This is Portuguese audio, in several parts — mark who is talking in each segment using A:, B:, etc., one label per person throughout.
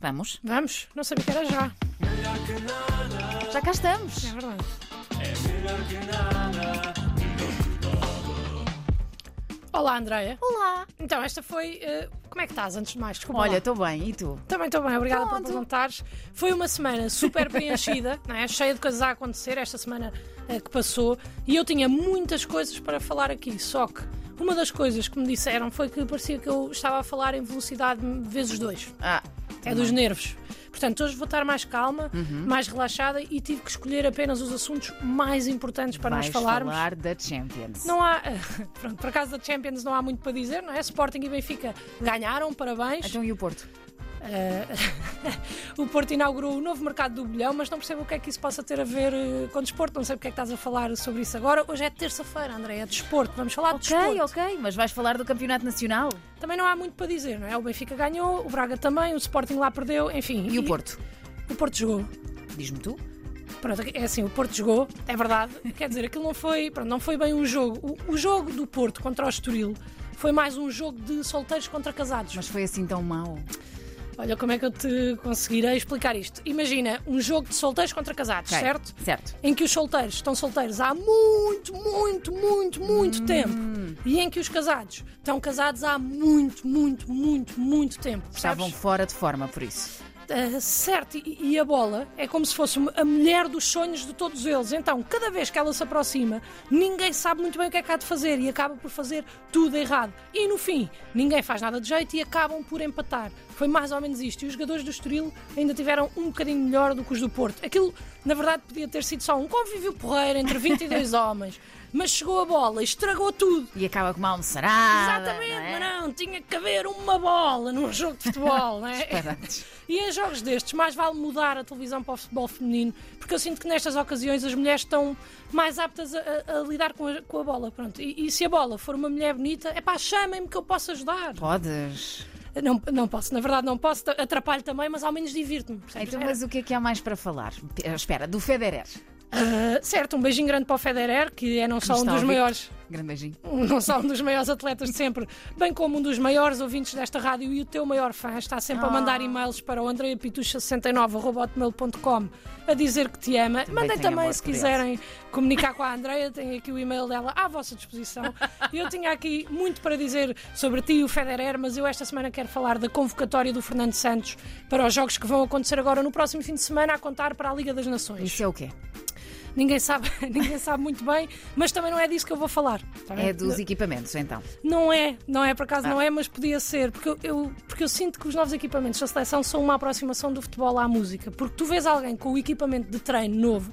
A: Vamos?
B: Vamos, não sabia que era já.
A: Já cá estamos.
B: É verdade. Olá, Andreia.
A: Olá.
B: Então, esta foi. eh, como é que estás, antes de mais? Desculpa.
A: Olha,
B: lá.
A: estou bem, e tu?
B: Também estou bem, obrigada por
A: Pronto.
B: perguntares. Foi uma semana super preenchida, não é? cheia de coisas a acontecer, esta semana eh, que passou, e eu tinha muitas coisas para falar aqui, só que uma das coisas que me disseram foi que parecia que eu estava a falar em velocidade vezes dois.
A: Ah,
B: É dos nervos. Portanto, hoje vou estar mais calma,
A: Uhum.
B: mais relaxada e tive que escolher apenas os assuntos mais importantes para
A: vais
B: nós falarmos.
A: falar da Champions.
B: Não há, pronto, por acaso da Champions não há muito para dizer, não é? Sporting e Benfica ganharam, parabéns.
A: Então e o Porto?
B: Eh, o Porto inaugurou o novo mercado do bilhão, mas não percebo o que é que isso possa ter a ver eh, com desporto. Não sei porque é que estás a falar sobre isso agora. Hoje é terça-feira, André, é desporto. Vamos falar de
A: Ok,
B: desporto.
A: ok, mas vais falar do Campeonato Nacional?
B: Também não há muito para dizer, não é? O Benfica ganhou, o Braga também, o Sporting lá perdeu, enfim.
A: E o Porto?
B: O Porto jogou.
A: Diz-me tu?
B: Pronto, é assim, o Porto jogou, é verdade. Quer dizer, aquilo não foi, pronto, não foi bem um jogo. O, o jogo do Porto contra o Estoril foi mais um jogo de solteiros contra casados.
A: Mas foi assim tão mau.
B: Olha, como é que eu te conseguirei explicar isto? Imagina um jogo de solteiros contra casados,
A: Ok,
B: certo?
A: Certo.
B: Em que os solteiros estão solteiros há muito, muito, muito, muito
A: Hum.
B: tempo. E em que os casados estão casados há muito, muito, muito, muito tempo. percebes?
A: Estavam fora de forma por isso.
B: Uh, certo, e, e a bola é como se fosse uma- a mulher dos sonhos de todos eles. Então, cada vez que ela se aproxima, ninguém sabe muito bem o que é que há de fazer e acaba por fazer tudo errado. E no fim, ninguém faz nada de jeito e acabam por empatar. Foi mais ou menos isto. E os jogadores do Estoril ainda tiveram um bocadinho melhor do que os do Porto. Aquilo, na verdade, podia ter sido só um convívio porreiro entre 22 homens, mas chegou a bola e estragou tudo.
A: E acaba com uma almoçarada.
B: Exatamente,
A: não é?
B: mas não, tinha que haver uma bola num jogo de futebol, não é?
A: Disparate.
B: E em jogos destes, mais vale mudar a televisão para o futebol feminino, porque eu sinto que nestas ocasiões as mulheres estão mais aptas a, a- a lidar com a, com a bola. Pronto. E, e se a bola for uma mulher bonita, é pá, chamem-me que eu posso ajudar.
A: Podes.
B: Não, não posso, na verdade não posso, atrapalho também, mas ao menos divirto-me. percebes?
A: Então,
B: Era-
A: mas o que é que há mais para falar? Eh, Espera, do Federer.
B: Ah, certo, um beijinho grande para o Federer, que é não só
A: Nos
B: um
A: está a
B: dos
A: ouvir.
B: maiores.
A: Grande beijinho.
B: não só um dos maiores atletas de sempre, bem como um dos maiores ouvintes desta rádio e o teu maior fã, está sempre a
A: Ah.
B: mandar e-mails para o andreapitucha69.com a dizer que te ama. Mandem
A: tenho
B: também,
A: amor
B: se
A: por eles.
B: quiserem comunicar com a Andreia, tem aqui o e-mail dela à vossa disposição. Eu tinha aqui muito para dizer sobre ti e o Federer, mas eu esta semana quero falar da convocatória do Fernando Santos para os jogos que vão acontecer agora no próximo fim de semana, a contar para a Liga das Nações.
A: Isso é o quê?
B: Ninguém sabe, ninguém sabe muito bem, mas também não é disso que eu vou falar. está bem?
A: É dos equipamentos, então.
B: Não é, não é, por acaso
A: Ah.
B: não é, mas podia ser, porque eu, eu- porque eu sinto que os novos equipamentos da seleção são uma aproximação do futebol à música, porque tu vês alguém com o equipamento de treino novo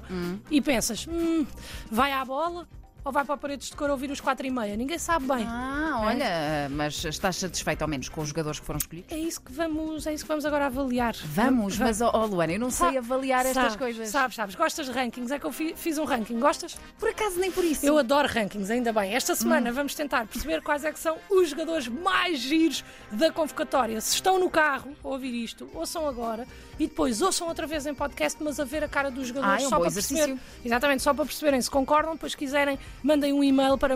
B: e pensas, hum, vai à bola ou vai para paredes de cor ouvir os quatro e meia? Ninguém sabe bem.
A: Ah, olha, mas estás satisfeito ao menos com os jogadores que foram escolhidos?
B: É isso que vamos, é isso que vamos agora avaliar.
A: Vamos, mas ó ó, Luana, eu não sei
B: Sa-
A: avaliar estas
B: Sabes,
A: coisas.
B: Sabes, sabes, gostas de rankings? É que eu fi- fiz um ranking, gostas?
A: Por acaso nem por isso.
B: Eu adoro rankings, ainda bem. Esta semana vamos tentar perceber quais é que são os jogadores mais giros da convocatória. Se estão no carro a ouvir isto, ouçam agora e depois ouçam outra vez em podcast, mas a ver a cara dos jogadores
A: Ah, é um
B: só
A: bom
B: para
A: exercício.
B: perceber. Exatamente, só para perceberem se concordam, depois se quiserem, mandem um e-mail para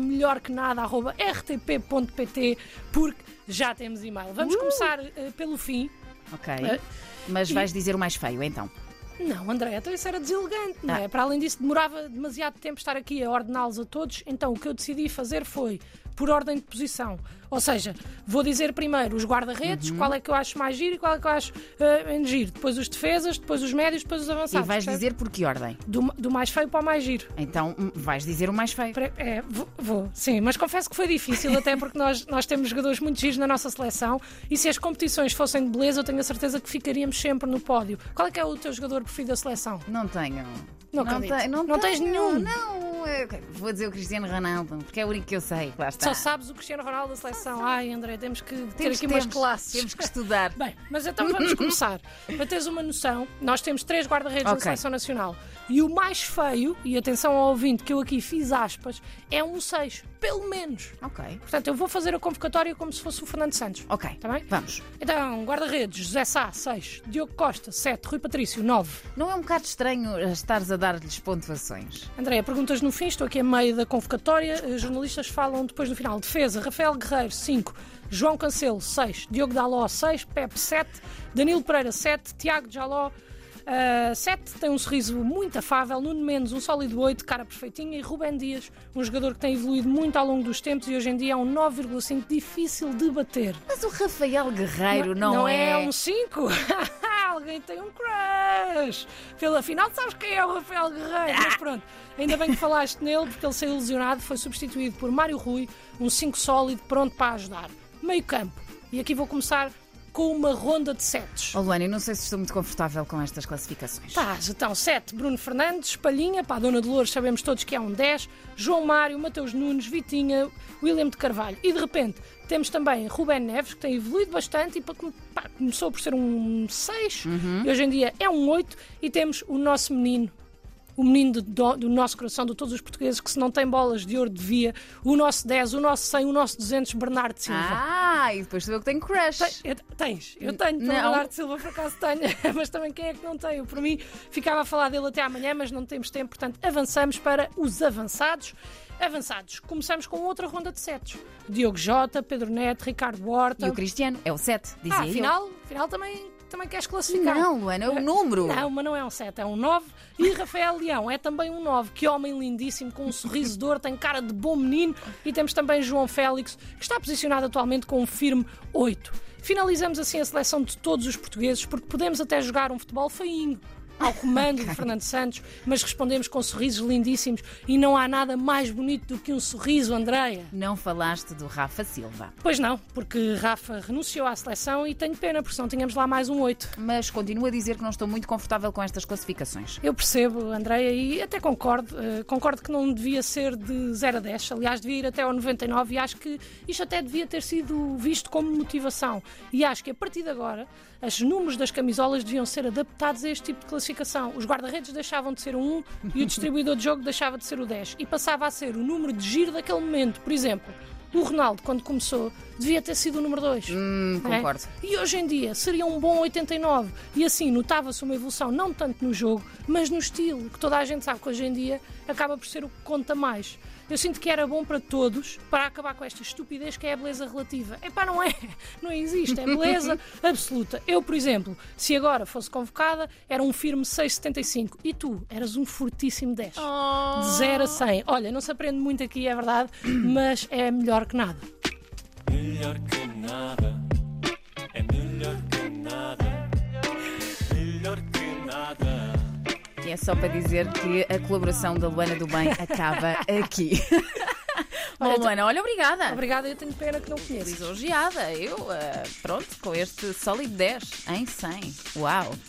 B: melhorquenada@rtp.pt porque já temos e-mail.
A: Uh!
B: Vamos começar eh, pelo fim.
A: Ok.
B: Eh,
A: Mas vais dizer o mais feio, então.
B: Não, André, então isso era deselegante, não
A: Ah.
B: é? Para além disso, demorava demasiado tempo estar aqui a ordená-los a todos, então o que eu decidi fazer foi por ordem de posição. Ou seja, vou dizer primeiro os
A: Uhum.
B: guarda-redes, qual é que eu acho mais giro e qual é que eu acho eh, menos giro, depois os defesas, depois os médios, depois os
A: E
B: avançados.
A: vais
B: percebe?
A: dizer por que ordem?
B: do, do mais feio para o mais giro.
A: Então hum, vais dizer o mais feio.
B: Pre- É, vou, vou, sim, mas confesso que foi difícil, até porque nós, nós temos jogadores muito giros na nossa seleção e se as competições fossem de beleza, eu tenho a certeza que ficaríamos sempre no pódio. Qual é que é o teu jogador preferido da seleção?
A: Não tenho.
B: Não acredito.
A: te-
B: Não tens
A: tenho,
B: nenhum?
A: Não, eu- vou dizer o Cristiano Ronaldo, porque é o único que eu sei. Lá está.
B: Só sabes o Cristiano Ronaldo da seleção. Ai, André, Tá. temos que ter
A: Temos-
B: aqui umas
A: temos-
B: classes.
A: Temos que estudar.
B: Bem, mas então vamos começar. Para teres uma noção, nós temos três guarda-redes na
A: Ok.
B: Seleção Nacional. E o mais feio, e atenção ao ouvinte que eu aqui fiz aspas, é um 6, pelo menos.
A: Ok.
B: Portanto, eu vou fazer a convocatória como se fosse o Fernando Santos.
A: Ok.
B: Tá bem?
A: Vamos.
B: Então, guarda-redes, José Sá, 6, Diogo Costa, 7, Rui Patrício, 9.
A: Não é um bocado estranho eh, estares a dar-lhes pontuações.
B: Andréia, perguntas no fim, estou aqui a meio da convocatória. Eh, Jornalistas falam depois no final. Defesa, Rafael Guerreiro, 5. João Cancelo, 6. Diogo Daló, 6. Pepe, 7. Danilo Pereira, 7. Tiago Jaló, 7. Tem um sorriso muito afável. Nuno Mendes, um sólido 8. Cara perfeitinha. E Rubem Dias, um jogador que tem evoluído muito ao longo dos tempos e hoje em dia é um 9,5 difícil de bater.
A: Mas o Rafael Guerreiro não, é.
B: um 5? Alguém tem um crush! Pela final, sabes quem é o Rafael Guerreiro? Mas pronto, ainda bem que falaste nele, porque ele saiu lesionado, foi substituído por Mário Rui, um 5 sólido, pronto para ajudar. Meio campo. E aqui vou começar com uma ronda de setos.
A: Oh, Luana, eu não sei se estou muito confortável com estas classificações.
B: Estás, então, 7, Bruno Fernandes, Palhinha, para a Dona Dolores sabemos todos que é um 10, João Mário, Mateus Nunes, Vitinha, William de Carvalho. E de repente temos também Rubén Neves, que tem evoluído bastante e pá, come- pá, começou por ser um 6 e hoje em dia é um 8. E temos o nosso menino, o menino de do, do nosso coração, de todos os portugueses, que se não tem bolas de ouro devia, o nosso 10, o nosso 100, o nosso 200, Bernardo Silva.
A: Ah, e depois sou eu que tenho crush.
B: Eu te- tens, eu tenho, pelo
A: Não.
B: Bernardo Silva por acaso tenho, mas também quem é que não tem? Eu, por mim, ficava a falar dele até amanhã, mas não temos tempo, portanto avançamos para os avançados. Avançados, começamos com outra ronda de setos. Diogo Jota, Pedro Neto, Ricardo Horta.
A: E o Cristiano é o 7, dizia
B: então. ah,
A: eu.
B: afinal, afinal também, também queres classificar. Ah,
A: Não, Luana, é o número.
B: Não, mas não é um 7, é um 9. E Rafael Leão é também um 9. Que homem lindíssimo, com um sorriso de ouro, tem cara de bom menino. E temos também João Félix, que está posicionado atualmente com um firme 8. Finalizamos assim a seleção de todos os portugueses, porque podemos até jogar um futebol feinho. Ao comando de Fernando Santos, mas respondemos com sorrisos lindíssimos e não há nada mais bonito do que um sorriso, Andreia.
A: Não falaste do Rafa Silva.
B: Pois não, porque Rafa renunciou à seleção e tenho pena, porque senão tínhamos lá mais um 8.
A: Mas continuo a dizer que não estou muito confortável com estas classificações.
B: Eu percebo, Andreia, e até concordo. eh, concordo que não devia ser de 0 a 10. Aliás, devia ir até ao 99 e acho que isto até devia ter sido visto como motivação. E acho que a partir de agora, os números das camisolas deviam ser adaptados a este tipo de classificação. Os guarda-redes deixavam de ser o 1 e o distribuidor de jogo deixava de ser o 10. E passava a ser o número de giro daquele momento. Por exemplo, o Ronaldo, quando começou, devia ter sido o número 2.
A: Hum,
B: não é?
A: concordo.
B: E hoje em dia seria um bom 89. E assim notava-se uma evolução, não tanto no jogo, mas no estilo, que toda a gente sabe que hoje em dia acaba por ser o que conta mais. Eu sinto que era bom para todos para acabar com esta estupidez que é a beleza relativa. É pá, não é? Não existe. É beleza absoluta. Eu, por exemplo, se agora fosse convocada, era um firme 6,75 e tu eras um fortíssimo 10.
A: Oh.
B: De 0 a 100. Olha, não se aprende muito aqui, é verdade, mas é melhor que nada.
C: Melhor que nada, é melhor que nada, melhor que nada.
A: E é só para dizer que a colaboração da Luana do Bem acaba aqui. Bom,
B: Olha, tu-
A: Luana, olha, obrigada.
B: Obrigada, eu tenho pena que não conheças.
A: Lisonjeada, eu, ah, pronto, com este sólido 10 em 100. Uau!